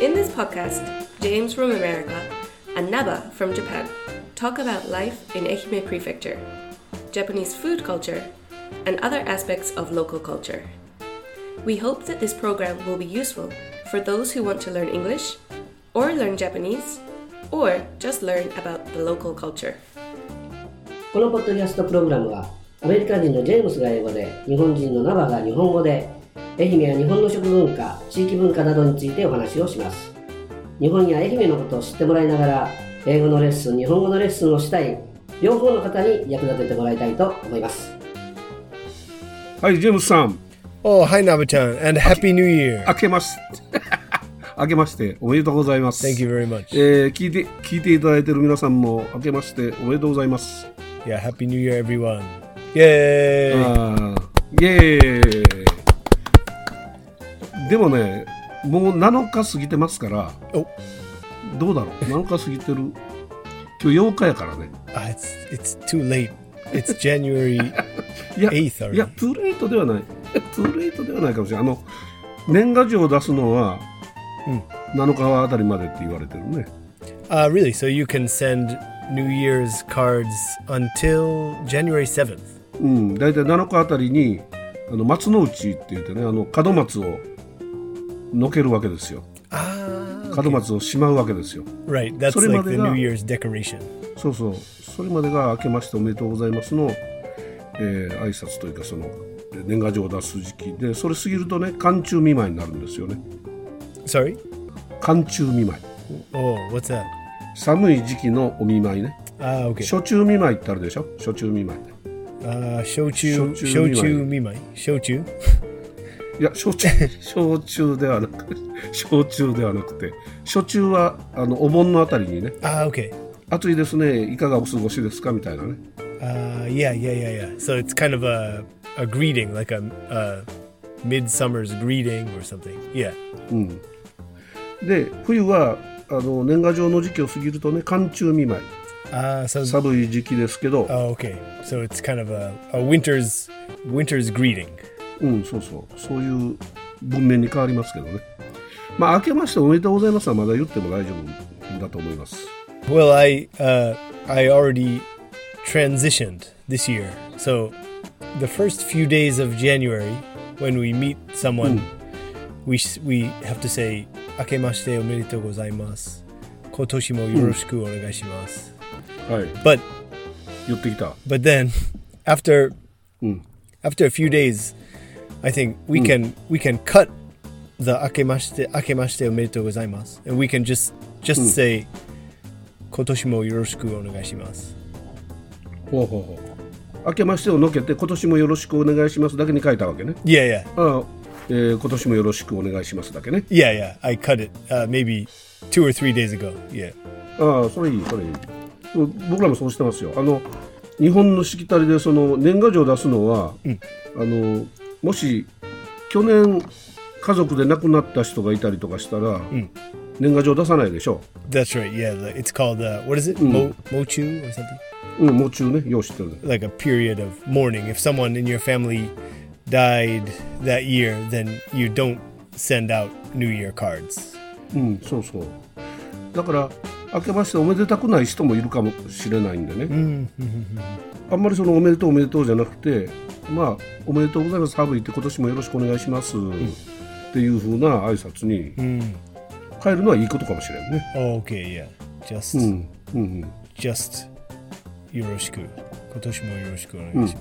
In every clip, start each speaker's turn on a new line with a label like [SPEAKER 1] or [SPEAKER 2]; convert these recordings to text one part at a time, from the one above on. [SPEAKER 1] In this podcast, James from America and Naba from Japan talk about life in Ehime Prefecture, Japanese food culture, and other aspects of local culture. We hope that this program will be useful for those who want to learn English, or learn Japanese, or just learn about the local culture.
[SPEAKER 2] このポッドキャストプログラムはアメリカ人のジェームスが英語で日本人のナバが日本語で愛媛や日本の食文化地域文化などについてお話をします日本や愛媛のことを知ってもらいながら英語のレッスン日本語のレッスンをしたい両方の方に役立ててもらいたいと思います
[SPEAKER 3] はい、ジェームスさん、
[SPEAKER 4] Oh, hi, Nabatan, and Happy New Year.
[SPEAKER 3] 明けまして、 明けましておめでとうございます。
[SPEAKER 4] Thank you very much.
[SPEAKER 3] えー聞いて聞いていただいている皆さんも明けましておめでとうございます。
[SPEAKER 4] Yeah, Happy New Year, everyone. Yay!
[SPEAKER 3] あーイエーイでもね、もう7日過ぎてますから、
[SPEAKER 4] oh,
[SPEAKER 3] どうだろう、7日過ぎてる。今日8日やからね。
[SPEAKER 4] ah, it's it's too late. It's January.
[SPEAKER 3] いや、
[SPEAKER 4] Eighth already
[SPEAKER 3] いや、トゥーレイトではない。トゥーレイトではないかもしれない。あの、年賀状を出すのは、7日あたりまでって言われてるね。
[SPEAKER 4] uh, really? So you can send New Year's cards until January seventh.
[SPEAKER 3] うん、大体7日あたりにあの松の内って言ってねあの門松をのけるわけですよ
[SPEAKER 4] Ah,
[SPEAKER 3] 門松をしまうわけですよ
[SPEAKER 4] right. That's
[SPEAKER 3] Sorry,
[SPEAKER 4] like the
[SPEAKER 3] Madonna.
[SPEAKER 4] New Year's decoration.
[SPEAKER 3] そうそうそれまでが「明けましておめでとうございますの」えー挨拶というかその年賀状を出す時期でそれ過ぎるとね寒中見舞いになるんですよね
[SPEAKER 4] Sorry.
[SPEAKER 3] 寒中見舞い
[SPEAKER 4] Oh, what's that?
[SPEAKER 3] 寒い時期のお見舞いね
[SPEAKER 4] Ah, okay.
[SPEAKER 3] 初中見舞いってあるでしょ初中見舞いね
[SPEAKER 4] Uh, shochu,
[SPEAKER 3] Shochu
[SPEAKER 4] shochu mimai, shochu.
[SPEAKER 3] いや焼 酎焼酎ではなく焼酎ではなくて初中はあのお盆のあたりにね
[SPEAKER 4] Ah, okay.
[SPEAKER 3] 暑いですね、いかがお過ごしですかみたいなね。
[SPEAKER 4] Uh, yeah, yeah, yeah, yeah. So it's kind of a, a greeting, like a, a midsummer's greeting or something. Yeah.
[SPEAKER 3] で、冬はあの年賀状の時期を過ぎるとね、寒中見舞い、
[SPEAKER 4] Uh, so
[SPEAKER 3] 寒い時期ですけど、
[SPEAKER 4] oh, okay. So it's kind of a, a winter's winter's greeting.
[SPEAKER 3] うん、そうそう、そういう文面に変わりますけどね。まあ、明けましておめでとうございますはまだ言っても大丈夫だと思います。
[SPEAKER 4] Well, I uh, I already transitioned this year. So the first few days of January, when we meet someone, we s- we have to say "Akemashite omedetou gozaimasu." Kotoshi mo yoroshiku onegaishimasu.
[SPEAKER 3] はい、
[SPEAKER 4] But
[SPEAKER 3] 言ってきた。
[SPEAKER 4] but then after after a few days i think we can we can cut the akemashite akemashite omedetou gozaimasu and we can just just say kotoshi mo yoroshiku onegaishimasu
[SPEAKER 3] ほうほうほう。明けましてをのけて、今年もよろしくお願いしますだけに書いたわけね。
[SPEAKER 4] yeah yeah
[SPEAKER 3] ああ、えー今年もよろしくお願いしますだけね。
[SPEAKER 4] yeah yeah i cut it uh, maybe two or three days ago yeah
[SPEAKER 3] ああそれいいそれいいうん僕らもそうしてますよあの日本のしきたりでその年賀状を出すのは、あのもし去年家族で亡くなった人がいたりとかしたら、年賀状出さないでしょ
[SPEAKER 4] that's right yeah the, it's called uh, what is it mo, mochu or something
[SPEAKER 3] うんもう中ねよう知ってるね
[SPEAKER 4] like a period of mourning. If someone in your family died that year, then you don't send out New Year cards.
[SPEAKER 3] うんそうそうだから明けましておめでたくない人もいるかもしれないんでね、あんまりそのおめでとうおめでとうじゃなくてまあおめでとうございますハブイって今年もよろしくお願いします、っていう風な挨拶に変えるのはいいことかもしれんね
[SPEAKER 4] Oh, okay, yeah. Just,
[SPEAKER 3] うんうんうん
[SPEAKER 4] just yoroshiku. Kotoshi mo yoroshiku onegaishimasu.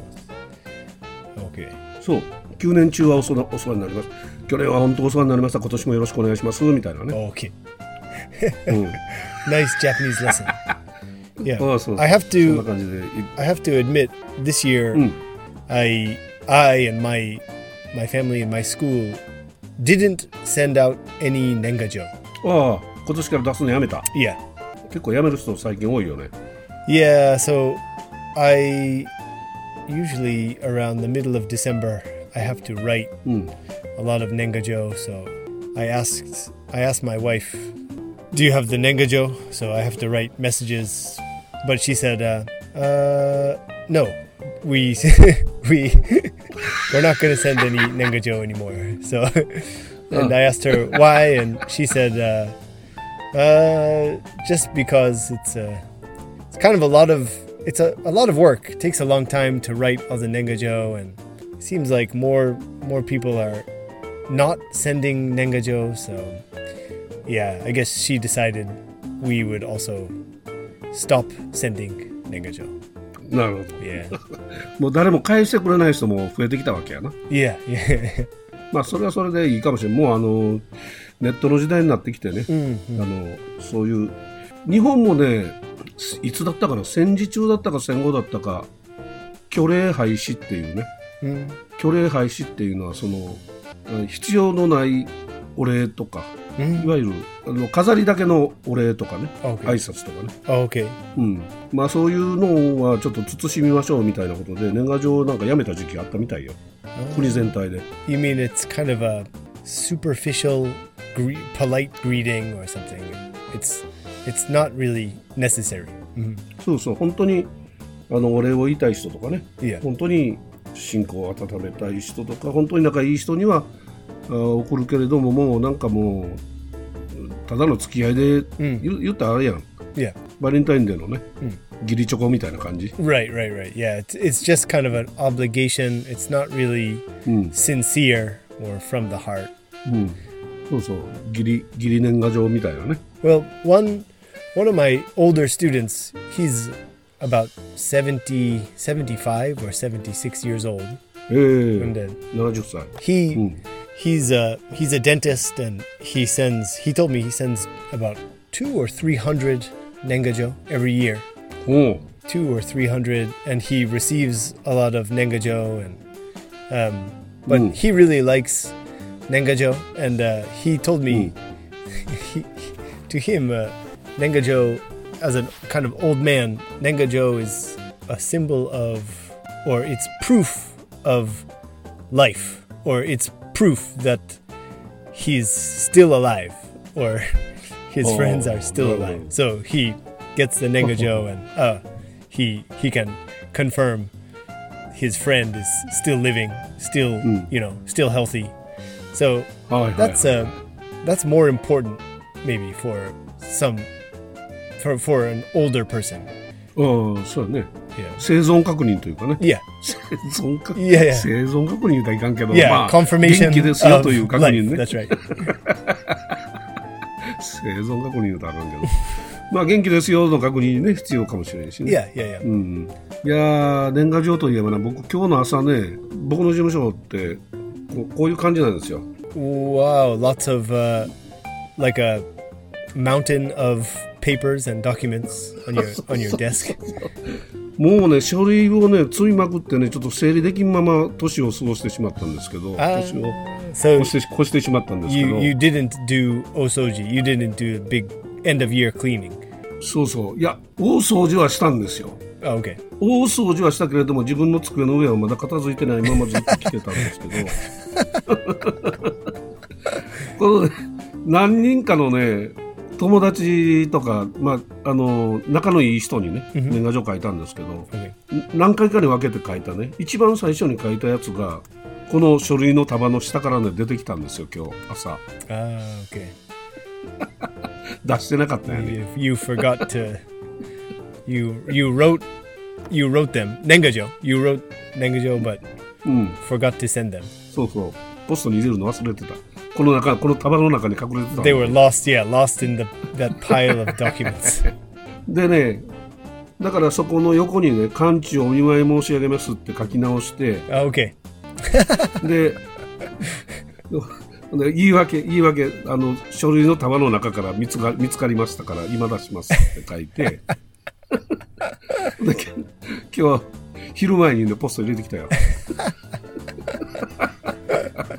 [SPEAKER 4] Okay.
[SPEAKER 3] そう9年中はおそなお世話になります去年は本当お世話になりました今年もよろしくお願いしますみたいなね
[SPEAKER 4] Okay.
[SPEAKER 3] うん、
[SPEAKER 4] Nice Japanese lesson. Yeah.
[SPEAKER 3] ああそう
[SPEAKER 4] I have
[SPEAKER 3] そん
[SPEAKER 4] to
[SPEAKER 3] な感じでい
[SPEAKER 4] I have to admit, this year, I I and my my family and my school didn't send out any nengajo.
[SPEAKER 3] ああ今年から出すのやめた
[SPEAKER 4] Yeah,
[SPEAKER 3] 結構やめる人最近多いよね
[SPEAKER 4] yeah. So I usually around the middle of December I have to write a lot of nengajo. So I asked I asked my wife, "Do you have the nengajo?" So I have to write messages, but she said, uh, uh, "No, we we." we're not going to send any nengajo anymore. So and I asked her why, and she said, uh, uh, "Just because it's uh, a, it's kind of a lot of it's a, a lot of work. It takes a long time to write all the nengajo, and it seems like more more people are not sending nengajo. So, yeah, I guess she decided we would also stop sending nengajo.
[SPEAKER 3] なるほど
[SPEAKER 4] Yeah,
[SPEAKER 3] もう誰も返してくれない人も増えてきたわけやな
[SPEAKER 4] yeah, yeah.
[SPEAKER 3] まあそれはそれでいいかもしれんもうあのネットの時代になってきてね、
[SPEAKER 4] うん
[SPEAKER 3] あのそういう日本もねいつだったかな戦時中だったか戦後だったか虚礼廃止っていうね
[SPEAKER 4] Mm.
[SPEAKER 3] 虚礼廃止っていうのはその必要のないお礼とか
[SPEAKER 4] Mm.
[SPEAKER 3] いわゆるあの飾りだけのお礼とかね
[SPEAKER 4] Okay.
[SPEAKER 3] 挨拶とかね
[SPEAKER 4] Okay.
[SPEAKER 3] うん、まあそういうのはちょっと慎みましょうみたいなことで年賀状なんかやめた時期あったみたいよ国全体で
[SPEAKER 4] You mean it's kind of a superficial, gre- polite greeting or something? It's it's not really necessary.
[SPEAKER 3] そうそう本当にあのお礼を言いたい人とかね
[SPEAKER 4] いや
[SPEAKER 3] 本当に信仰を温めたい人とか本当に仲いい人にはあ送るけれどももうなんかもうただの付き合いで、
[SPEAKER 4] ん
[SPEAKER 3] 言言ったらあれやん
[SPEAKER 4] Yeah.
[SPEAKER 3] バレンタインデーのね、義理チョコみたいな感じ
[SPEAKER 4] Right. Right. Right. Yeah. It's it's just kind of an obligation. It's not really sincere or from the heart.
[SPEAKER 3] そうそう義理義理年賀状みたいなね
[SPEAKER 4] Well, one one of my older students, he's about 70, 75 or 76 years old.
[SPEAKER 3] ええ
[SPEAKER 4] And uh,
[SPEAKER 3] 70歳
[SPEAKER 4] he
[SPEAKER 3] Mm.
[SPEAKER 4] he's a he's a dentist and he sends he told me he sends about two or three hundred nengajo every year
[SPEAKER 3] おう
[SPEAKER 4] two or three hundred and he receives a lot of nengajo and um, but
[SPEAKER 3] Mm.
[SPEAKER 4] he really likes nengajo and uh, he told me he, to him uh, nengajo as a kind of old man nengajo is a symbol of or it's proof of life or it's proof that he's still alive or his
[SPEAKER 3] Oh,
[SPEAKER 4] friends are still
[SPEAKER 3] no.
[SPEAKER 4] alive so he gets the nengajo and uh, he he can confirm his friend is still living still
[SPEAKER 3] Hmm.
[SPEAKER 4] you know still healthy so
[SPEAKER 3] はいはいはい
[SPEAKER 4] that's uh, that's more important maybe for some for for an older person
[SPEAKER 3] ああそうやね
[SPEAKER 4] yeah
[SPEAKER 3] 生存確認というかね
[SPEAKER 4] yeah
[SPEAKER 3] 生存確
[SPEAKER 4] いやいや
[SPEAKER 3] 生存確認言うたらいかんけど、
[SPEAKER 4] yeah
[SPEAKER 3] まあ、
[SPEAKER 4] confirmation
[SPEAKER 3] 元気ですよ
[SPEAKER 4] of
[SPEAKER 3] という確
[SPEAKER 4] life.
[SPEAKER 3] 認ね
[SPEAKER 4] that's right
[SPEAKER 3] 生存確認言うたらあかんけど まあ元気ですよの確認ね必要かもしれんしね
[SPEAKER 4] yeah yeah yeah
[SPEAKER 3] うん、いやー年賀状といえばね僕今日の朝ね僕の事務所ってこうこういう感じなんですよ
[SPEAKER 4] Wow, lots of uh, like a mountain of papers and documents on your on your desk.
[SPEAKER 3] もうね書類をね積みまくってねちょっと整理できんまま年を過ごしてしまったんですけど
[SPEAKER 4] あー
[SPEAKER 3] 年を
[SPEAKER 4] So
[SPEAKER 3] 越してし越してしまったんですけ
[SPEAKER 4] you
[SPEAKER 3] ど
[SPEAKER 4] you didn't do osoji. You didn't do a big end of year cleaning.
[SPEAKER 3] そうそういや大掃除はしたんですよ
[SPEAKER 4] Oh, okay.
[SPEAKER 3] 大掃除はしたけれども自分の机の上はまだ片付いてないままずっと来てたんですけどこのね何人かのね友達とか、まあ、あの仲のいい人にね年賀状書いたんですけど、
[SPEAKER 4] Okay.
[SPEAKER 3] 何回かに分けて書いたね一番最初に書いたやつがこの書類の束の下からね出てきたんですよ今日朝
[SPEAKER 4] Ah, okay.
[SPEAKER 3] 出してなかったよね
[SPEAKER 4] You, you forgot to. You you wrote you wrote them nengajo. You wrote nengajo, but forgot to send them.
[SPEAKER 3] そうそうポストに入れるの忘れてたこの中この束の中に隠れてたの
[SPEAKER 4] They were lost. Yeah, lost in the that pile of documents.
[SPEAKER 3] でねだからそこの横にね「完治をお見舞い申し上げます」って書き直して
[SPEAKER 4] Ah, okay.
[SPEAKER 3] で で言い訳言い訳あの書類の束の中から見つか見つかりましたから今出しますって書いてでき今日昼前にねポスト入れてきたよ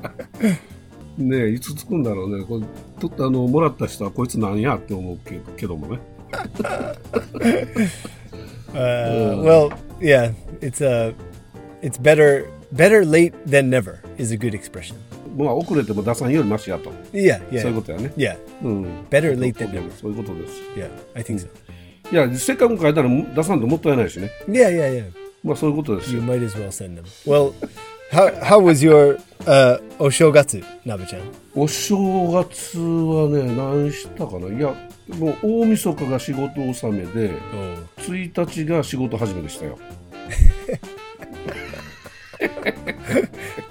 [SPEAKER 3] ねえいつ着くんだろうねこれとあのもらった人はこいつなんやって思うけけどもね
[SPEAKER 4] Uh, well, yeah, it's uh, it's better better late than never is a good expression.
[SPEAKER 3] まあ遅れても出さんよりましやと
[SPEAKER 4] Yeah, yeah,
[SPEAKER 3] そういうことやね
[SPEAKER 4] yeah.
[SPEAKER 3] うん。
[SPEAKER 4] Better late than never.
[SPEAKER 3] そういうことです。
[SPEAKER 4] Yeah, I think so.
[SPEAKER 3] いや、せっかく書いたら出さんともったいないしね。
[SPEAKER 4] Yeah, yeah, yeah.
[SPEAKER 3] まあそういうことです
[SPEAKER 4] You
[SPEAKER 3] よ。
[SPEAKER 4] might as well send them. Well, How how was your uh, oshogatsu, Nabe-chan?
[SPEAKER 3] お正月はね何したかないやもう大晦日が仕事納めで
[SPEAKER 4] Oh.
[SPEAKER 3] 1日が仕事始めでしたよ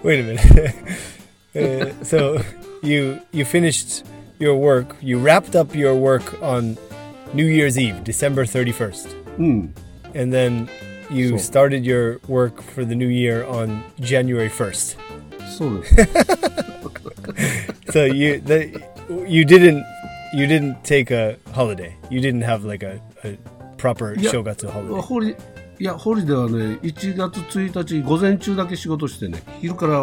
[SPEAKER 4] Wait a minute. uh, so you you finished your work. You wrapped up your work on New Year's Eve, December thirty first,
[SPEAKER 3] うん、
[SPEAKER 4] and then
[SPEAKER 3] So-
[SPEAKER 4] you started your work for the new year on January first.
[SPEAKER 3] そうです
[SPEAKER 4] So you the, you didn't you didn't take a holiday. You didn't have like a, a proper
[SPEAKER 3] Yeah. Oh.
[SPEAKER 4] shogatsu holiday.
[SPEAKER 3] ホリいやホリデーはね1月1日午前中だけ仕事してね昼から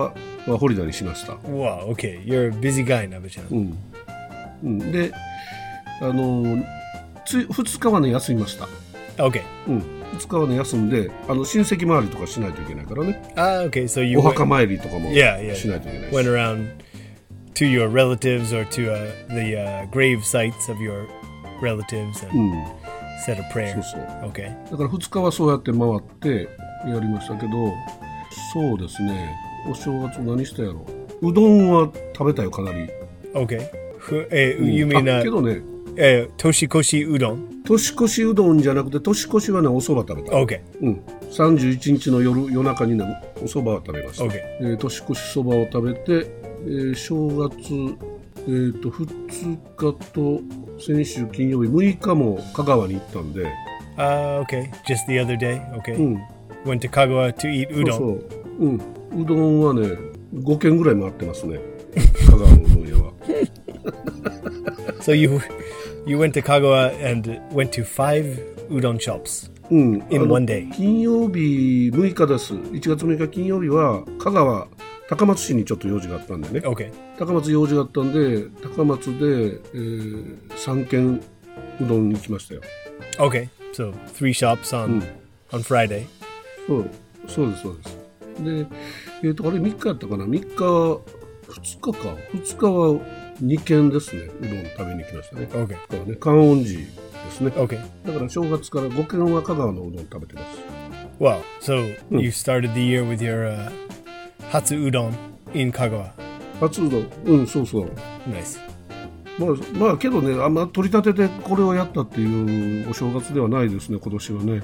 [SPEAKER 3] はホリデーにしました
[SPEAKER 4] Wow. Okay, you're a busy guy, Nabe-chan.
[SPEAKER 3] うん、うん、であのつ2日はね休みました、
[SPEAKER 4] Okay.
[SPEAKER 3] うん、2日はね休んであの親戚回りとかしないといけないからね
[SPEAKER 4] Ah, okay. So you
[SPEAKER 3] お
[SPEAKER 4] went-
[SPEAKER 3] 墓参りとかもしな
[SPEAKER 4] Yeah,
[SPEAKER 3] い
[SPEAKER 4] yeah.
[SPEAKER 3] といけないし
[SPEAKER 4] went around to your relatives or to uh, the uh, grave sites of your relatives and
[SPEAKER 3] うん、
[SPEAKER 4] said a prayer.
[SPEAKER 3] そうそう。
[SPEAKER 4] Okay.
[SPEAKER 3] だから2日はそうやって回ってやりましたけどそうですねお正月何したやろうどんは食べたよかなり、
[SPEAKER 4] Okay. Who- eh,
[SPEAKER 3] うん
[SPEAKER 4] you mean
[SPEAKER 3] あ
[SPEAKER 4] uh,
[SPEAKER 3] けどね
[SPEAKER 4] eh, toshikoshi udon?
[SPEAKER 3] 年越しうどんじゃなくて年越しはねお蕎麦食べた、
[SPEAKER 4] Okay.
[SPEAKER 3] うん、31日の夜夜中にねお蕎麦を食べました、
[SPEAKER 4] Okay.
[SPEAKER 3] えー年越しそばを食べて、えー正月、えー、と2日と先週金曜日6日も香川に行ったんで、
[SPEAKER 4] Uh, okay. Just the other day. Okay.
[SPEAKER 3] うん、
[SPEAKER 4] Went to Kagawa to eat
[SPEAKER 3] そう
[SPEAKER 4] udon.
[SPEAKER 3] そう、うん、うどんはね5軒ぐらい回ってますね 香川のうどん屋は
[SPEAKER 4] So you you went to Kagawa and went to five udon shops
[SPEAKER 3] うん
[SPEAKER 4] in
[SPEAKER 3] あの
[SPEAKER 4] one day.
[SPEAKER 3] 金曜日6日です1月6日金曜日は香川高松市にちょっと用事があったんでね
[SPEAKER 4] Okay.
[SPEAKER 3] 高松用事があったんで高松で、え3軒うどんに行きましたよ
[SPEAKER 4] Okay. So three shops on on Friday.
[SPEAKER 3] そうそうですそうですでえっ、とあれ3日やったかな3日2日か2日は2軒ですねうどん食べに行きましたね
[SPEAKER 4] Okay.
[SPEAKER 3] だからね観音寺ですね
[SPEAKER 4] Okay.
[SPEAKER 3] だから正月から5軒は香川のうどん食べてます。
[SPEAKER 4] Well, so you started the year with your uh, hatsu udon in Kagawa.
[SPEAKER 3] 初うどん、うん、そうそう。
[SPEAKER 4] Nice.
[SPEAKER 3] まあ、まあ、けどね、あんま取り立ててこれをやったっていうお正月ではないですね、今年はね。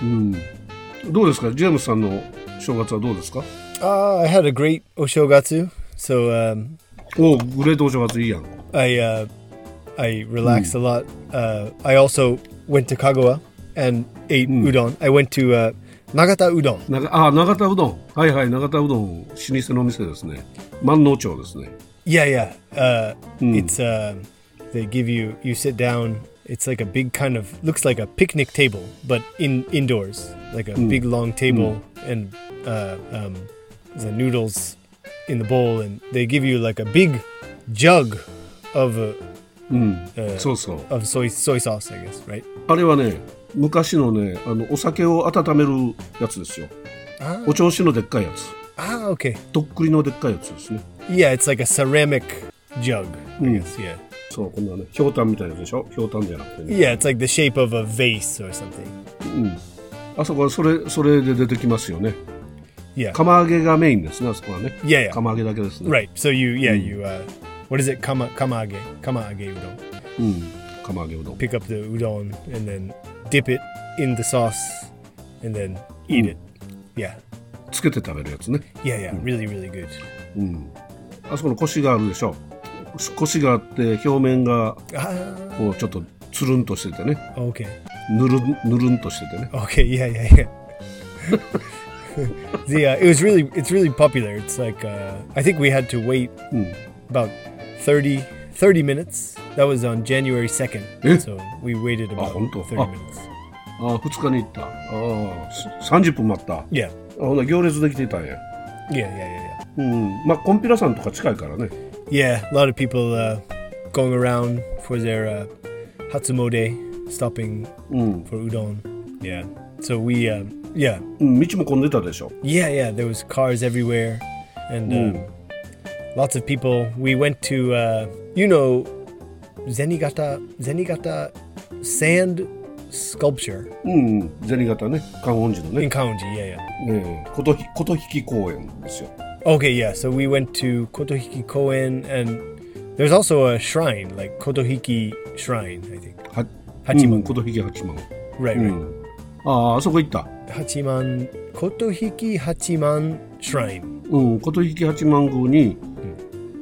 [SPEAKER 3] うん。どうですか、ジェームスさんの正月はどうですか
[SPEAKER 4] Uh, I had a great oshogatsu. So um,
[SPEAKER 3] おお、グレートお正月いいやん。
[SPEAKER 4] I uh, I relaxed a lot. Uh, I also went to Kagawa and ate udon. I went to uh, Nagata udon.
[SPEAKER 3] ながあ、永田うどん。はいはい、永田うどん、老舗のお店ですね。万能町ですね。
[SPEAKER 4] Yeah, yeah. Uh, It's um they give you you sit down. It's like a big kind of looks like a picnic table, but in indoors, like a big long table, and uh, um, the noodles in the bowl, and they give you like a big jug of uh,
[SPEAKER 3] そうそう。
[SPEAKER 4] of soy soy sauce, I guess, right?
[SPEAKER 3] あれはね、昔のね、あの、お酒を温めるやつですよ。お調子のでっかいやつ。
[SPEAKER 4] Ah, okay.
[SPEAKER 3] とっくりのでっかいやつですね。
[SPEAKER 4] Yeah, it's like a ceramic jug, I guess. Yeah,
[SPEAKER 3] そう、こんなね、ひょうたんみたいなやつでしょひょうたんじゃなくてね。
[SPEAKER 4] yeah. It's like the shape of a vase or something.
[SPEAKER 3] あそこはそれ、それで出てきますよね。
[SPEAKER 4] Yeah,
[SPEAKER 3] 釜揚げがメインですね、あそこはね。
[SPEAKER 4] いやいや
[SPEAKER 3] 釜揚げだけですね。
[SPEAKER 4] Right. So you, yeah,
[SPEAKER 3] Hmm.
[SPEAKER 4] you. Uh, what is it? Kama kamaage kamaage udon.
[SPEAKER 3] うん。釜揚げうどん。
[SPEAKER 4] Pick up the udon and then dip it in the sauce and then eat it.
[SPEAKER 3] Hmm.
[SPEAKER 4] Yeah,
[SPEAKER 3] つけて食べるやつね。
[SPEAKER 4] yeah, yeah.
[SPEAKER 3] Hmm.
[SPEAKER 4] Really, really good.
[SPEAKER 3] あそこのコシがあるでしょ。コシがあって、表面が、
[SPEAKER 4] Ah,
[SPEAKER 3] こう、ちょっと、つるんとしててね。
[SPEAKER 4] okay,
[SPEAKER 3] ぬるん、ぬるんとしててね。
[SPEAKER 4] okay. Yeah, yeah, yeah. the uh, it was really it's really popular. It's like uh, I think we had to wait
[SPEAKER 3] Hmm.
[SPEAKER 4] about 30, 30 minutes. That was on January second.
[SPEAKER 3] Eh?
[SPEAKER 4] So we waited about
[SPEAKER 3] honto. Ah.
[SPEAKER 4] thirty minutes.
[SPEAKER 3] ああ、二日に行った。ああ、す30分待った。あ
[SPEAKER 4] Yeah,
[SPEAKER 3] ほな、行列できてたんや。
[SPEAKER 4] yeah, yeah, yeah, yeah.
[SPEAKER 3] うん。まあ、コンピラさんとか近いからね。
[SPEAKER 4] Yeah, a lot of people uh, going around for their uh, Hatsumode, stopping for udon. Yeah. So we, um, yeah,
[SPEAKER 3] うん、道も混んでたでしょ。
[SPEAKER 4] yeah, yeah. There was cars everywhere, and um, lots of people. We went to, uh, you know, Zenigata, Zenigata sand sculpture
[SPEAKER 3] うん、銭形ね、観音寺のね、
[SPEAKER 4] in Kaonji. Yeah, yeah.
[SPEAKER 3] ええ琴ひ琴引公園ですよ。
[SPEAKER 4] Okay, yeah. So we went to Kotohiki Koen, and there's also a shrine, like Kotohiki Shrine, I think.
[SPEAKER 3] は
[SPEAKER 4] 八幡
[SPEAKER 3] うん琴引八幡。
[SPEAKER 4] Right,
[SPEAKER 3] う
[SPEAKER 4] right.
[SPEAKER 3] ん。ああ、あそこ行った。
[SPEAKER 4] Hachiman Kotohiki Hachiman Shrine.
[SPEAKER 3] うん、琴引八幡宮に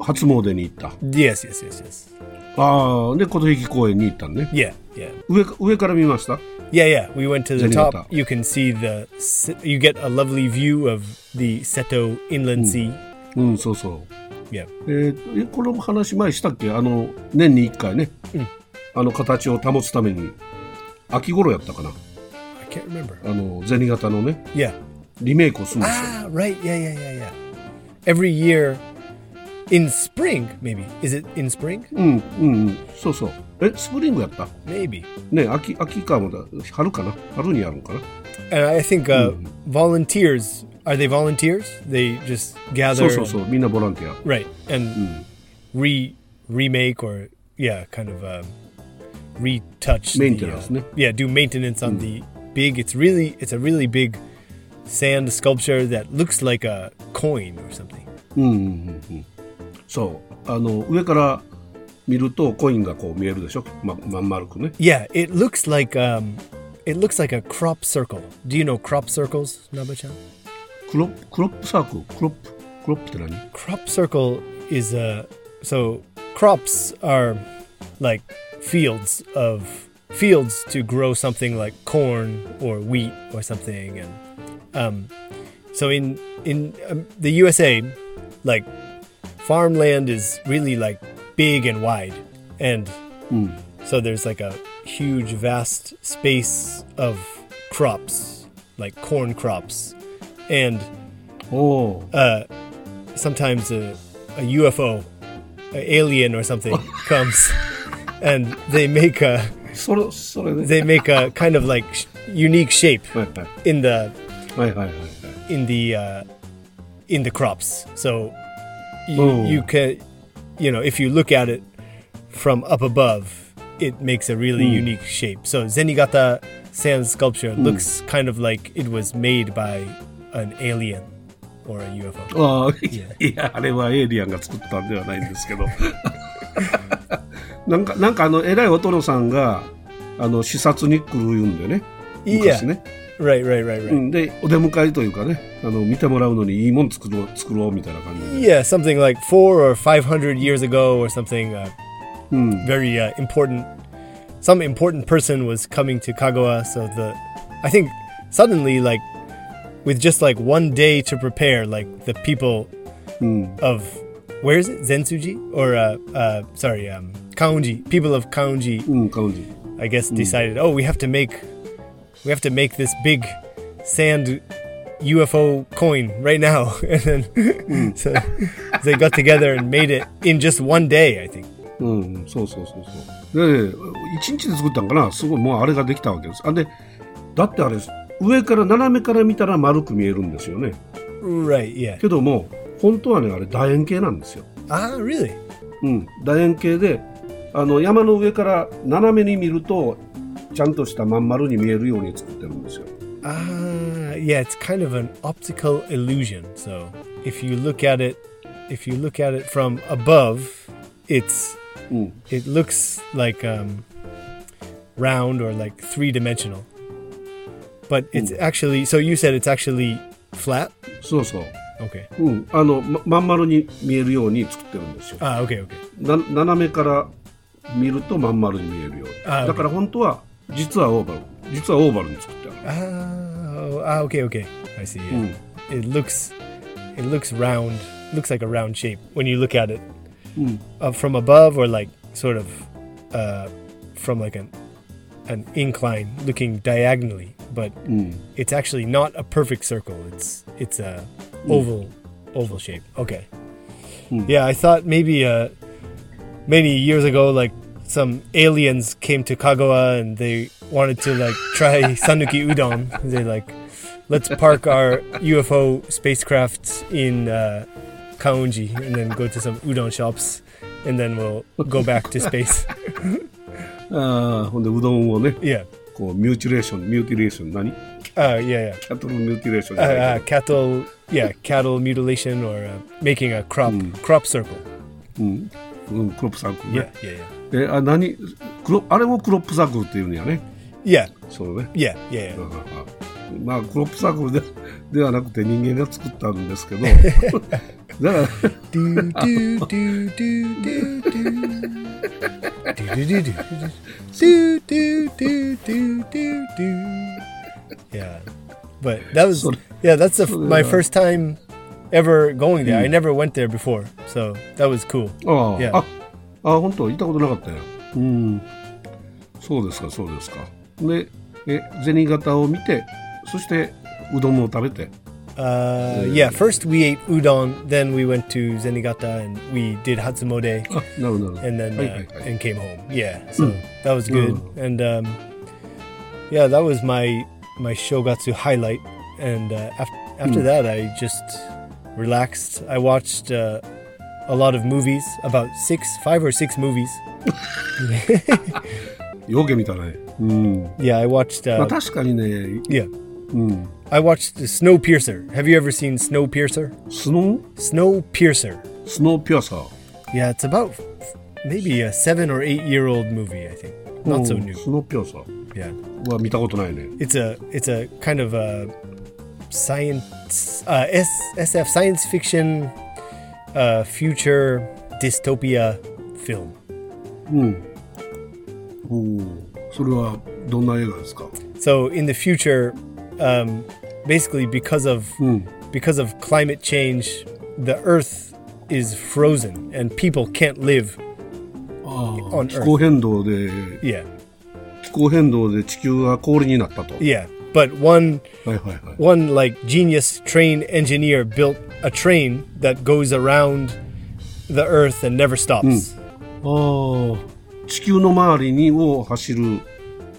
[SPEAKER 3] 初詣に行った。
[SPEAKER 4] Yes, yes, yes, yes.
[SPEAKER 3] ああ、で、琴引公園に行ったんね。
[SPEAKER 4] Yeah, yeah,
[SPEAKER 3] 上か上から見ました
[SPEAKER 4] yeah, yeah. We went to the
[SPEAKER 3] Zenigata.
[SPEAKER 4] top. You can see the. se- You get a lovely view of the Seto Inland Sea.
[SPEAKER 3] うん、そうそう。
[SPEAKER 4] Yeah.
[SPEAKER 3] えーえこの話前したっけあの年に1回ね、
[SPEAKER 4] うん
[SPEAKER 3] あの形を保つために秋頃やったかな
[SPEAKER 4] I can't remember.
[SPEAKER 3] あの銭形のね
[SPEAKER 4] Yeah.
[SPEAKER 3] リメイクをするんですよ
[SPEAKER 4] Ah, right. Yeah, yeah, yeah, yeah. Every year in spring, maybe. Is it in spring?
[SPEAKER 3] うんうんうんそうそうえスプリングやった
[SPEAKER 4] Maybe.
[SPEAKER 3] ね秋秋かもだ春かな春にやるんかな
[SPEAKER 4] And I think uh, volunteers are they volunteers? They just
[SPEAKER 3] そ
[SPEAKER 4] gather
[SPEAKER 3] うそう
[SPEAKER 4] and-
[SPEAKER 3] そうみんなボランティア
[SPEAKER 4] right and
[SPEAKER 3] Hmm.
[SPEAKER 4] re remake or yeah, kind of uh, retouch the,
[SPEAKER 3] Maintenance,
[SPEAKER 4] uh,
[SPEAKER 3] ne? Hmm.
[SPEAKER 4] yeah, do maintenance on the big. It's really it's a really big sand sculpture that looks like a coin or something.
[SPEAKER 3] うんうんうんうんそうあの上から見るとコインがこう見えるでしょままん丸くね
[SPEAKER 4] Yeah, it looks like um, it looks like a crop circle. Do you know crop circles, Nabachan?
[SPEAKER 3] クロップクロップサークルクロップクロップって何
[SPEAKER 4] Crop circle is uh, so crops are like fields of fields to grow something like corn or wheat or something, and um, so in in um, the USA, like farmland is really like big and wide, and so there's like a huge, vast space of crops, like corn crops, and
[SPEAKER 3] おおー
[SPEAKER 4] sometimes a, a UFO, an alien or something comes, and they make a
[SPEAKER 3] それそれね
[SPEAKER 4] they make a kind of like sh- unique shape
[SPEAKER 3] はいはい
[SPEAKER 4] in the
[SPEAKER 3] はいはいはいはい。
[SPEAKER 4] in the uh, in the crops. So you,
[SPEAKER 3] Oh.
[SPEAKER 4] you can you know if you look at it from up above, it makes a really unique shape. So Zenigata sand sculpture looks kind of like it was made by an alien or a
[SPEAKER 3] あ
[SPEAKER 4] UFO.
[SPEAKER 3] あ、いや、あれはエイリアンが作ったんではないんですけど。 なんか、なんかあの、偉いお殿さんが、あの、視察に来る言うんでね。
[SPEAKER 4] いや
[SPEAKER 3] 昔ね。
[SPEAKER 4] Right, right, right, right.
[SPEAKER 3] うん、で、お出迎えというかね、あの、見てもらうのにいいもん作ろう、作ろうみたいな感じで。
[SPEAKER 4] Yeah, something like four or five hundred years ago, or something. Uh, Very uh, important. Some important person was coming to Kagawa, so the, I think, suddenly like, with just like one day to prepare, like the people of where is it Zensuji or uh, uh sorry um Kaunji people of Kaunji
[SPEAKER 3] うん、感じ。
[SPEAKER 4] I guess decided, oh, we have to make, we have to make this big sand UFO coin right now, and then so they got together and made it in just one day. I think.
[SPEAKER 3] うん、そうそうそうそう。で、一日で作ったんかな、すごい、もうあれができたわけです。あ、で、だってあれ、上から斜めから見たら丸く見えるんですよね。
[SPEAKER 4] Right. Yeah.
[SPEAKER 3] けども、本当はね、あれ、楕円形なんですよ。
[SPEAKER 4] Ah, really?
[SPEAKER 3] うん、楕円形であの山の上から斜めに見るとちゃんとしたまん丸に見えるように作ってるんですよ。
[SPEAKER 4] Ah, yeah. It's kind of an optical illusion. So if you look at it, if you look at it from above, it's
[SPEAKER 3] うん、
[SPEAKER 4] it looks like um, round or like three dimensional. But it's actually so you said it's actually flat.
[SPEAKER 3] そうそう、
[SPEAKER 4] Okay.
[SPEAKER 3] うん、あのままん丸に見えるように作ってるんですよ。
[SPEAKER 4] Ah, okay, okay.
[SPEAKER 3] な斜めから見るとまん丸に見えるように。
[SPEAKER 4] あ
[SPEAKER 3] だから本当は実はオーバル実はオーバルに作ってある。
[SPEAKER 4] Ah, ah okay, okay. I see. Yeah. It looks it looks round. Looks like a round shape when you look at it uh, from above or like sort of uh, from like an an incline looking diagonally, but it's actually not a perfect circle. It's it's a oval oval shape. Okay. Yeah, I thought maybe uh, many years ago, like some aliens came to Kagawa and they wanted to like try Sanuki udon. They like let's park our UFO spacecraft in uh, Kaunji and then go to some udon shops and then we'll go back to space.
[SPEAKER 3] ああほんでうどんをね
[SPEAKER 4] yeah.
[SPEAKER 3] こうミューティレーションミューティレーション何
[SPEAKER 4] Uh, yeah,
[SPEAKER 3] キャトルミューティレーションじ
[SPEAKER 4] yeah. Uh,
[SPEAKER 3] ゃない
[SPEAKER 4] uh, cattle, yeah, cattle mutilation or uh, making a crop crop circle.
[SPEAKER 3] けど、うんうん、クロップサークル
[SPEAKER 4] Yeah,
[SPEAKER 3] ね、
[SPEAKER 4] yeah, yeah,
[SPEAKER 3] えあ何クロあれをクロップサークルっていうんやね
[SPEAKER 4] yeah,
[SPEAKER 3] そうね
[SPEAKER 4] yeah, yeah. yeah.
[SPEAKER 3] まあクロップサークルででは なくて人間が作ったんです けどだから
[SPEAKER 4] do do do do do do. Do, do, do, do, do, do, do, do, do, do, do. Yeah, but that was
[SPEAKER 3] Sorry.
[SPEAKER 4] yeah. That's the, f- my first time ever going there. I never went there before, so that was cool.
[SPEAKER 3] ああ、
[SPEAKER 4] Yeah.
[SPEAKER 3] ああ本当行ったことなかったようんそうですかそうですかでえ銭形を見てそしてうどんを食べて
[SPEAKER 4] Uh, yeah, first we ate udon, then we went to Zenigata and we did Hatsumode,
[SPEAKER 3] あなるほどなるほど
[SPEAKER 4] and then
[SPEAKER 3] はいはい
[SPEAKER 4] uh,
[SPEAKER 3] はい
[SPEAKER 4] and came home. Yeah, so that was good. And um, yeah, that was my my shogatsu highlight. And uh, after after that, I just relaxed. I watched uh, a lot of movies, about six, five or six movies.
[SPEAKER 3] よけ見たねうん、
[SPEAKER 4] Yeah, I watched.
[SPEAKER 3] ま
[SPEAKER 4] Uh,
[SPEAKER 3] あ、確かにね
[SPEAKER 4] yeah,
[SPEAKER 3] うん、
[SPEAKER 4] I watched Snowpiercer. Have you ever seen Snowpiercer?
[SPEAKER 3] スノー
[SPEAKER 4] Snowpiercer.
[SPEAKER 3] スノーピアサー
[SPEAKER 4] Yeah, it's about f- maybe a seven or eight year old movie, I think.
[SPEAKER 3] う
[SPEAKER 4] Not
[SPEAKER 3] ん
[SPEAKER 4] so new.
[SPEAKER 3] スノーピアサー
[SPEAKER 4] Yeah,
[SPEAKER 3] は見たことないね
[SPEAKER 4] it's a it's a kind of a science uh, S, SF science fiction uh, future dystopia film.
[SPEAKER 3] おおそれはどんな映画ですか
[SPEAKER 4] So in the future, um, basically because of because of climate change, the Earth is frozen and people can't live
[SPEAKER 3] あ
[SPEAKER 4] on
[SPEAKER 3] 気
[SPEAKER 4] Earth.
[SPEAKER 3] 候変動で
[SPEAKER 4] Yeah,
[SPEAKER 3] 気候変動で地球が氷になったと、
[SPEAKER 4] yeah. But one
[SPEAKER 3] はいはいはい
[SPEAKER 4] one like genius train engineer built a train that goes around the earth and never stops.
[SPEAKER 3] Hmm. ああ地球の周りにを走る、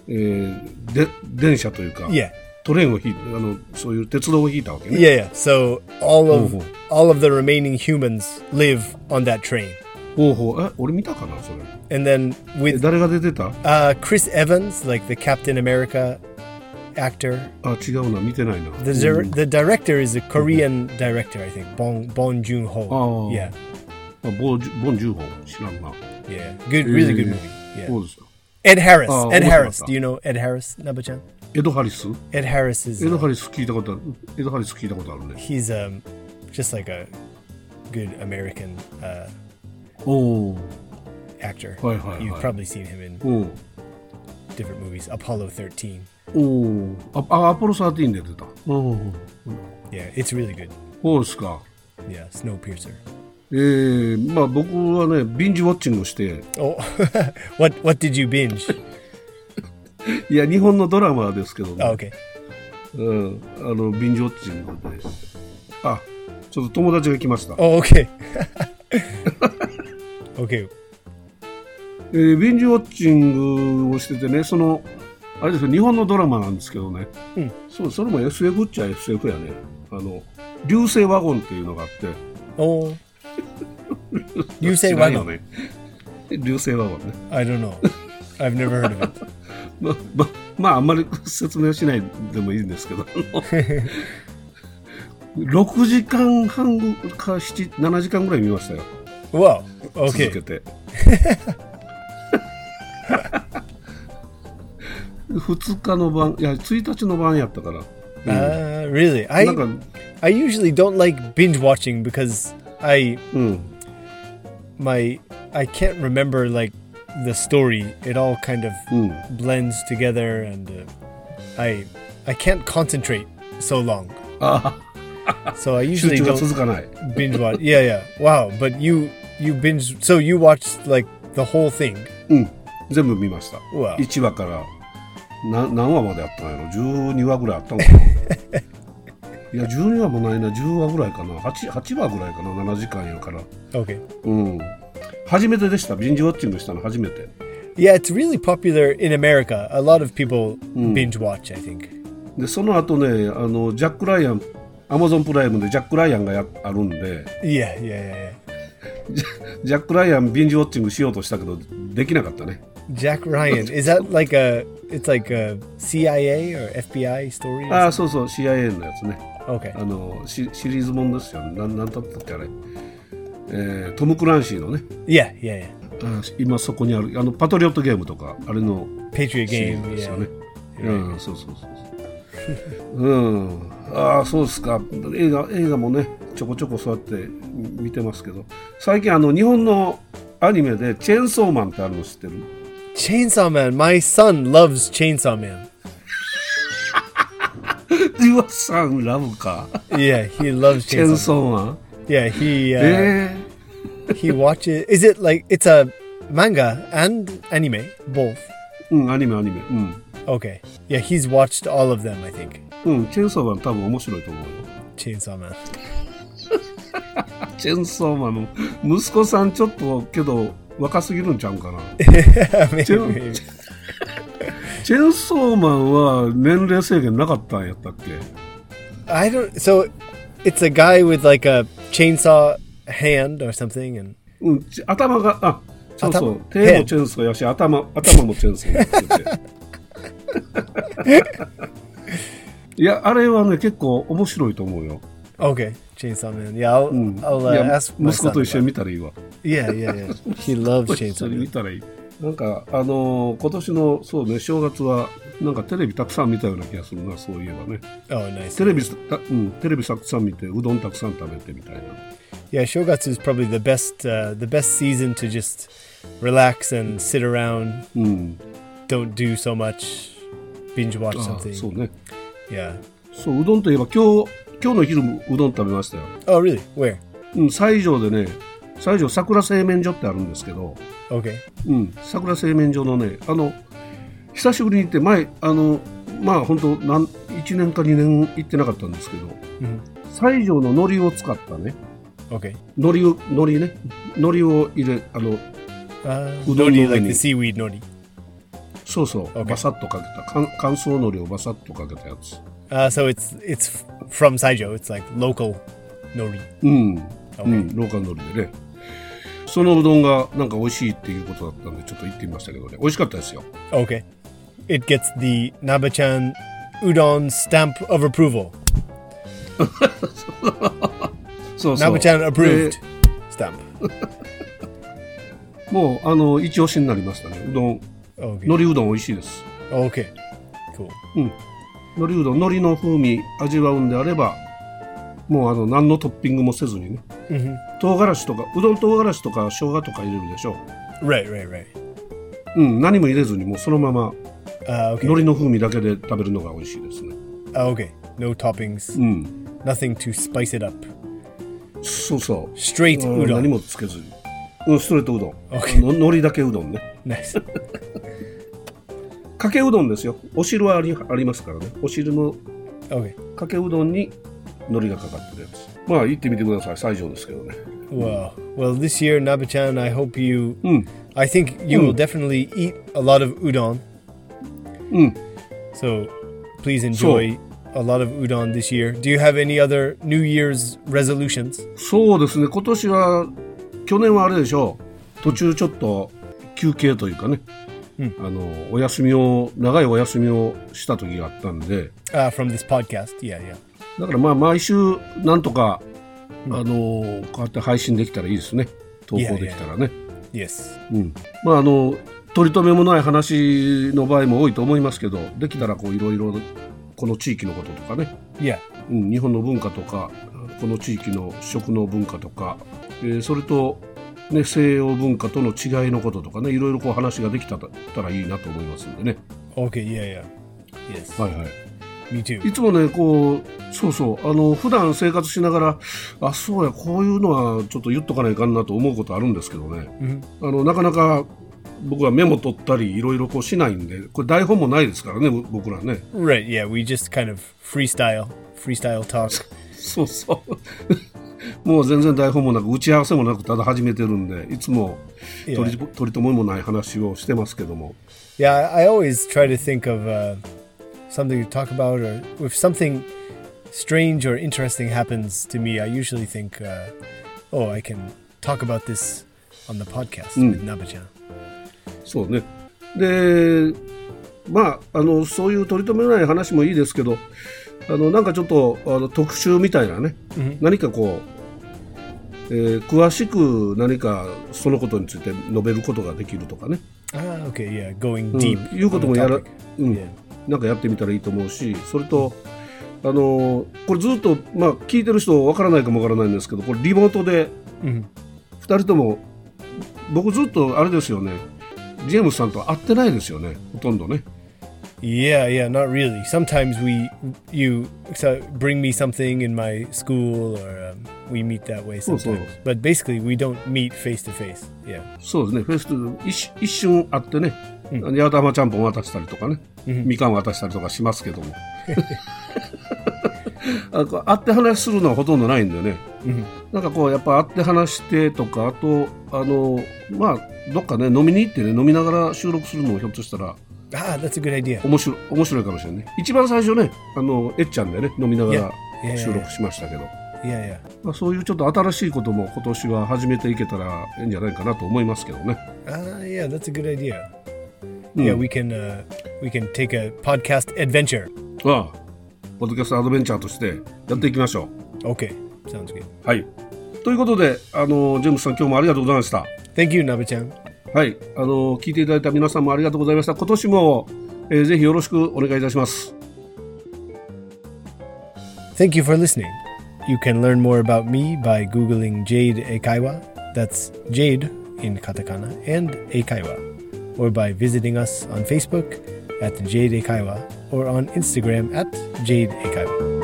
[SPEAKER 3] えーで電車というか、
[SPEAKER 4] Yeah.
[SPEAKER 3] トレインを引いてあのそういう鉄道を引いたわけね
[SPEAKER 4] Yeah, yeah. So all of
[SPEAKER 3] Mhm.
[SPEAKER 4] all of the remaining humans live on that train.
[SPEAKER 3] ほうほうえ俺見たかなそれ
[SPEAKER 4] And then
[SPEAKER 3] え
[SPEAKER 4] with
[SPEAKER 3] 誰が出てた
[SPEAKER 4] uh, Chris Evans, like the Captain America actor,
[SPEAKER 3] あ違うな見てないな
[SPEAKER 4] the dir- the director is a Korean director, I think, Bong Bong Joon Ho.
[SPEAKER 3] Mm-hmm. Oh.
[SPEAKER 4] Yeah,
[SPEAKER 3] あボンジボンジューホン知らんな
[SPEAKER 4] yeah. Good, really
[SPEAKER 3] Eh,
[SPEAKER 4] good movie. Yeah.
[SPEAKER 3] そうですか
[SPEAKER 4] Ed Harris.
[SPEAKER 3] Oh, what
[SPEAKER 4] Ed Harris.
[SPEAKER 3] about
[SPEAKER 4] Do you know Ed Harris, Nabachan?
[SPEAKER 3] エド・ハリス
[SPEAKER 4] Ed Harris is.
[SPEAKER 3] エ
[SPEAKER 4] uh,
[SPEAKER 3] ド・ハリス聞いたことあるエド・ハリス聞いたことあるね
[SPEAKER 4] he's um just like a good American uh,
[SPEAKER 3] おお
[SPEAKER 4] actor.
[SPEAKER 3] Hi, hi,
[SPEAKER 4] You've
[SPEAKER 3] hi.
[SPEAKER 4] probably seen him in
[SPEAKER 3] うん
[SPEAKER 4] different movies. Apollo 13.
[SPEAKER 3] おおああアポロ13で出たうん、
[SPEAKER 4] Yeah, it's really good.
[SPEAKER 3] そうですか
[SPEAKER 4] Yeah, Snowpiercer.
[SPEAKER 3] えー、まあ僕はねビンジウォッチングして、
[SPEAKER 4] Oh, what what did you binge?
[SPEAKER 3] いや日本のドラマですけどね、
[SPEAKER 4] Oh, okay.
[SPEAKER 3] うん、あのビンジウォッチングであちょっと友達が来ました、
[SPEAKER 4] Oh, okay. okay.
[SPEAKER 3] えービンジウォッチングをしててねそのあれですよ日本のドラマなんですけどね、
[SPEAKER 4] うん
[SPEAKER 3] そうそれも SF っちゃ SF やねあの流星ワゴンっていうのがあって
[SPEAKER 4] Oh, you say
[SPEAKER 3] 知らん
[SPEAKER 4] one.
[SPEAKER 3] よね 流星ワゴンね
[SPEAKER 4] I don't know. I've never heard of it.
[SPEAKER 3] まままああんまり 説明はしないでもいいんですけ どあの6時間半か7 7時間ぐらい見ましたよ
[SPEAKER 4] Wow.
[SPEAKER 3] 続
[SPEAKER 4] Okay.
[SPEAKER 3] けて、2日の晩いや1日の晩やったから、
[SPEAKER 4] Uh, really?
[SPEAKER 3] なんか
[SPEAKER 4] I I usually don't like binge watching because I
[SPEAKER 3] うん
[SPEAKER 4] my I can't remember like the story. It all kind of
[SPEAKER 3] うん
[SPEAKER 4] blends together, and uh, I I can't concentrate so long.
[SPEAKER 3] あ
[SPEAKER 4] So I
[SPEAKER 3] 集
[SPEAKER 4] usually
[SPEAKER 3] 中が
[SPEAKER 4] don't
[SPEAKER 3] 続かない
[SPEAKER 4] binge watch. Yeah, yeah. Wow, but you you binge. So you watched like the whole thing.
[SPEAKER 3] うん全部見ました
[SPEAKER 4] うわ
[SPEAKER 3] 1話からな何話まであったんやろ12話ぐらいあったのかないや12話もないな10話ぐらいかな 8, 8話ぐらいかな7時間やから
[SPEAKER 4] Okay.
[SPEAKER 3] うん初めてでしたビンジウォッチングしたの初めて
[SPEAKER 4] Yeah, it's really popular in America. A lot of people binge watch. I think.
[SPEAKER 3] でその後ねあのジャック・ライアンアマゾンプライムでジャック・ライアンがやあるんで
[SPEAKER 4] Yeah, yeah, yeah. yeah.
[SPEAKER 3] ジャック・ライアンビンジウォッチングしようとしたけどできなかったね
[SPEAKER 4] Jack Ryan. Is that like a? It's like a CIA or FBI story. or
[SPEAKER 3] ああそうそう CIA のやつね
[SPEAKER 4] something? okay.
[SPEAKER 3] あのシシリーズもんですよなんなんだったっけあれ、えートム・クランシーのね
[SPEAKER 4] Yeah, yeah, yeah.
[SPEAKER 3] あ今そこにあるあのパトリオットゲームとかあれの
[SPEAKER 4] Patriot
[SPEAKER 3] シリーズ
[SPEAKER 4] game.
[SPEAKER 3] ですよ
[SPEAKER 4] Yeah.
[SPEAKER 3] ねうんそうそうそうそううんああそうですか映画映画もねちょこちょこそうやって見てますけど最近あの日本のアニメで「チェーンソーマン」ってあるの知ってる
[SPEAKER 4] Chainsaw Man. My son loves Chainsaw Man.
[SPEAKER 3] 岩さんラブか
[SPEAKER 4] Yeah, he loves
[SPEAKER 3] チェーン
[SPEAKER 4] Chainsaw.
[SPEAKER 3] ソーマン
[SPEAKER 4] Man. Yeah, he uh,
[SPEAKER 3] ええ
[SPEAKER 4] he watches. Is it like it's a manga and anime both?
[SPEAKER 3] うんアニメアニメうん
[SPEAKER 4] Okay. Yeah, he's watched all of them. I think
[SPEAKER 3] うん、チェーンソーマン多分面白いと思うよ。
[SPEAKER 4] Chainsaw Man.
[SPEAKER 3] チェーンソーマンの息子さんちょっとけど若すぎるんちゃうんかな。チ
[SPEAKER 4] maybe,
[SPEAKER 3] ェーン
[SPEAKER 4] maybe.
[SPEAKER 3] チェーンソーマンは年齢制限なかったんやったっけ
[SPEAKER 4] I don't. So it's a guy with like a chainsaw hand or something, and
[SPEAKER 3] うん、ち頭が、あ、そうそう、
[SPEAKER 4] 頭
[SPEAKER 3] 手もチェーンソーやし、頭、頭もチェーンソーやって て。いや、あれはね、結構面白いと思うよ。
[SPEAKER 4] okay, chainsaw man. Yeah, I'll,
[SPEAKER 3] うん。
[SPEAKER 4] I'll uh,
[SPEAKER 3] いや
[SPEAKER 4] ask my
[SPEAKER 3] 息子
[SPEAKER 4] son
[SPEAKER 3] と一緒に
[SPEAKER 4] about-
[SPEAKER 3] 見たらいいわ。
[SPEAKER 4] Yeah, yeah, yeah. He loves
[SPEAKER 3] 一緒
[SPEAKER 4] chainsaw
[SPEAKER 3] に見
[SPEAKER 4] man.
[SPEAKER 3] たらいい。なんか、あのー今年の、そうね、正月は、なんかテレビたくさん見たような気がするな、そういえばね。
[SPEAKER 4] Oh, nice.
[SPEAKER 3] テレビた、うん、テレビたくさん見て、うどんたくさん食べてみたいな。
[SPEAKER 4] Yeah, shogatsu is probably the best uh, the best season to just relax and sit around,
[SPEAKER 3] うん。
[SPEAKER 4] don't do so much, binge watch
[SPEAKER 3] あそう
[SPEAKER 4] something.
[SPEAKER 3] ね。
[SPEAKER 4] Yeah.
[SPEAKER 3] そう、うどんといえば、今日、今日の昼もうどん食べましたよ。
[SPEAKER 4] Oh, really? Where?
[SPEAKER 3] うん、西条でね、西条桜製麺所ってあるんですけど、
[SPEAKER 4] Okay.
[SPEAKER 3] うん、桜製麺所のね、あの、久しぶりに行って、前、あの、まあ、本当なん1年か2年行ってなかったんですけど、
[SPEAKER 4] Mhm.
[SPEAKER 3] 西条の海苔を使ったね、
[SPEAKER 4] Okay.
[SPEAKER 3] 海苔を、海苔ね、海苔を入れ、あの、
[SPEAKER 4] Uh,
[SPEAKER 3] Udon
[SPEAKER 4] nori, like
[SPEAKER 3] nori.
[SPEAKER 4] the seaweed nori.
[SPEAKER 3] そうそう、
[SPEAKER 4] Okay.
[SPEAKER 3] バサッとかけた、乾乾燥海苔をバサッとかけたやつ。
[SPEAKER 4] Uh, so it's it's f- from Saijo. It's like local nori.
[SPEAKER 3] うん、
[SPEAKER 4] Okay.
[SPEAKER 3] うん、ローカル海苔でね。そのうどんがなんか美味しいっていうことだったんで、ちょっと行ってみましたけどね、美味しかったですよ。
[SPEAKER 4] Okay. It gets the Nabachan udon stamp of approval.
[SPEAKER 3] そうそう。
[SPEAKER 4] Nabachan
[SPEAKER 3] で
[SPEAKER 4] approved stamp.
[SPEAKER 3] もうあの一押しになりましたね。うどん、
[SPEAKER 4] Okay.
[SPEAKER 3] 海苔うどん美味しいです。
[SPEAKER 4] Okay. Cool.
[SPEAKER 3] うん。海苔うどん、海苔の風味味わうんであれば、もうあの何のトッピングもせずにね。唐辛子とかうどん唐辛子とか生姜とか入れるでしょ
[SPEAKER 4] Right, right, right.
[SPEAKER 3] う。うん、何も入れずにもうそのまま
[SPEAKER 4] Uh, okay.
[SPEAKER 3] 海苔の風味だけで食べるのが美味しいですね。
[SPEAKER 4] Uh, okay. No toppings.
[SPEAKER 3] うん。
[SPEAKER 4] Nothing to spice it up.
[SPEAKER 3] そうそう。
[SPEAKER 4] Straight
[SPEAKER 3] うん
[SPEAKER 4] udon.
[SPEAKER 3] 何もつけずに。うん、ストレートうどん。
[SPEAKER 4] Okay.
[SPEAKER 3] の海苔だけうどんね。
[SPEAKER 4] Nice.
[SPEAKER 3] かけうどんですよ。お汁はありありますからね。お汁の
[SPEAKER 4] Okay.
[SPEAKER 3] かけうどんに海苔がかかってるやつまあ行ってみてください最上ですけどね
[SPEAKER 4] Wow. Well, this year, Nabachan, I hope you.
[SPEAKER 3] うん
[SPEAKER 4] I think you will definitely eat a lot of udon.
[SPEAKER 3] うん
[SPEAKER 4] So please enjoy a lot of udon this year. Do you have any other New Year's resolutions?
[SPEAKER 3] そうですね今年は去年はあれでしょう途中ちょっと休憩というかね、
[SPEAKER 4] うん
[SPEAKER 3] あのお休みを長いお休みをした時があったんで
[SPEAKER 4] Uh, from this podcast. Yeah, yeah.
[SPEAKER 3] だからまあ毎週なんとか、あのこうやって配信できたらいいですね投稿できたらね
[SPEAKER 4] Yes.
[SPEAKER 3] うんまああの取り留めもない話の場合も多いと思いますけどできたらこういろいろこの地域のこととかね
[SPEAKER 4] Yeah.
[SPEAKER 3] うん、日本の文化とかこの地域の食の文化とか、えーそれと、ね、西洋文化との違いのこととかねいろいろこう話ができたらたらいいなと思いますんでね、
[SPEAKER 4] Okay. Yeah, yeah. Yes.
[SPEAKER 3] はいはい、
[SPEAKER 4] Me too.
[SPEAKER 3] いつもねこうそうそうあの普段生活しながらあそうやこういうのはちょっと言っとかないかんなと思うことあるんですけどね、あのなかなか僕はメモ取ったりいろいろこうしないんでこれ台本もないですからねぼ僕らね
[SPEAKER 4] Right. Yeah. We just kind of freestyle, freestyle talk.
[SPEAKER 3] そうそう。もう全然台本もなく打ち合わせもなくただ始めてるんでいつも
[SPEAKER 4] いや
[SPEAKER 3] 取り取り留めもない話をしてますけども
[SPEAKER 4] Yeah. I always try to think of uh, something to talk about, or if something strange or interesting happens to me, I usually think, uh, oh, I can talk about this on the podcast
[SPEAKER 3] Mm.
[SPEAKER 4] with Naba-chan.
[SPEAKER 3] そうね。で、まあ、あの、そういう取り留めのない話もいいですけど、あの、なんかちょっと、あの、特集みたいなね、何かこう、えー詳しく何かそのことについて述べることができるとかね、
[SPEAKER 4] Ah, okay, yeah, going
[SPEAKER 3] うん
[SPEAKER 4] deep.
[SPEAKER 3] いうこと
[SPEAKER 4] on
[SPEAKER 3] も
[SPEAKER 4] the
[SPEAKER 3] やら
[SPEAKER 4] topic.、
[SPEAKER 3] うん
[SPEAKER 4] Yeah.
[SPEAKER 3] なんかやってみたらいいと思うし、それと、あの、これずっと、まあ、聞いてる人わからないかもわからないんですけど、これリモートで、
[SPEAKER 4] Mhm.
[SPEAKER 3] 2人とも僕ずっとあれですよねジェームスさんとは会ってないですよねほとんどね
[SPEAKER 4] Yeah, yeah, not really. Sometimes we, you so bring me something in my school, or um, we meet that way
[SPEAKER 3] Cool, cool.
[SPEAKER 4] sometimes. But basically, we don't meet face to face. Yeah.
[SPEAKER 3] そうですねフェスティバル一一瞬会ってね、八幡浜ちゃんぽん渡したりとかね、みかん渡したりとかしますけども あこう会って話するのはほとんどないんでね、なんかこうやっぱ会って話してとかあとあのまあどっかね飲みに行ってね飲みながら収録するのもひょっとしたら
[SPEAKER 4] Ah, that's a good idea.
[SPEAKER 3] 面白い面白いかもしれないね一番最初ねあのえっちゃんでね飲みなが
[SPEAKER 4] いやい
[SPEAKER 3] ら
[SPEAKER 4] やいや
[SPEAKER 3] 収録しましたけど
[SPEAKER 4] Yeah, yeah.
[SPEAKER 3] まあ、そういうちょっと新しいことも今年は始めていけたらいいんじゃないかなと思いますけどね。
[SPEAKER 4] Ah, yeah, that's a good idea.
[SPEAKER 3] うん、
[SPEAKER 4] Yeah, we can uh, we can take a podcast adventure.
[SPEAKER 3] ああポッドキャストアドベンチャーとしてやっていきましょう。
[SPEAKER 4] Okay, sounds good.
[SPEAKER 3] はい。ということで、あの、ジェームスさん今日もありがとうございました。
[SPEAKER 4] Thank you, Nabe-chan.
[SPEAKER 3] はい。あの、聞いていただいた皆さんもありがとうございました。今年も、えーぜひよろしくお願いいたします。
[SPEAKER 4] Thank you for listening. You can learn more about me by googling Jade Eikaiwa. That's Jade in katakana and Eikaiwa, or by visiting us on Facebook at Jade Eikaiwa or on Instagram at Jade Eikaiwa.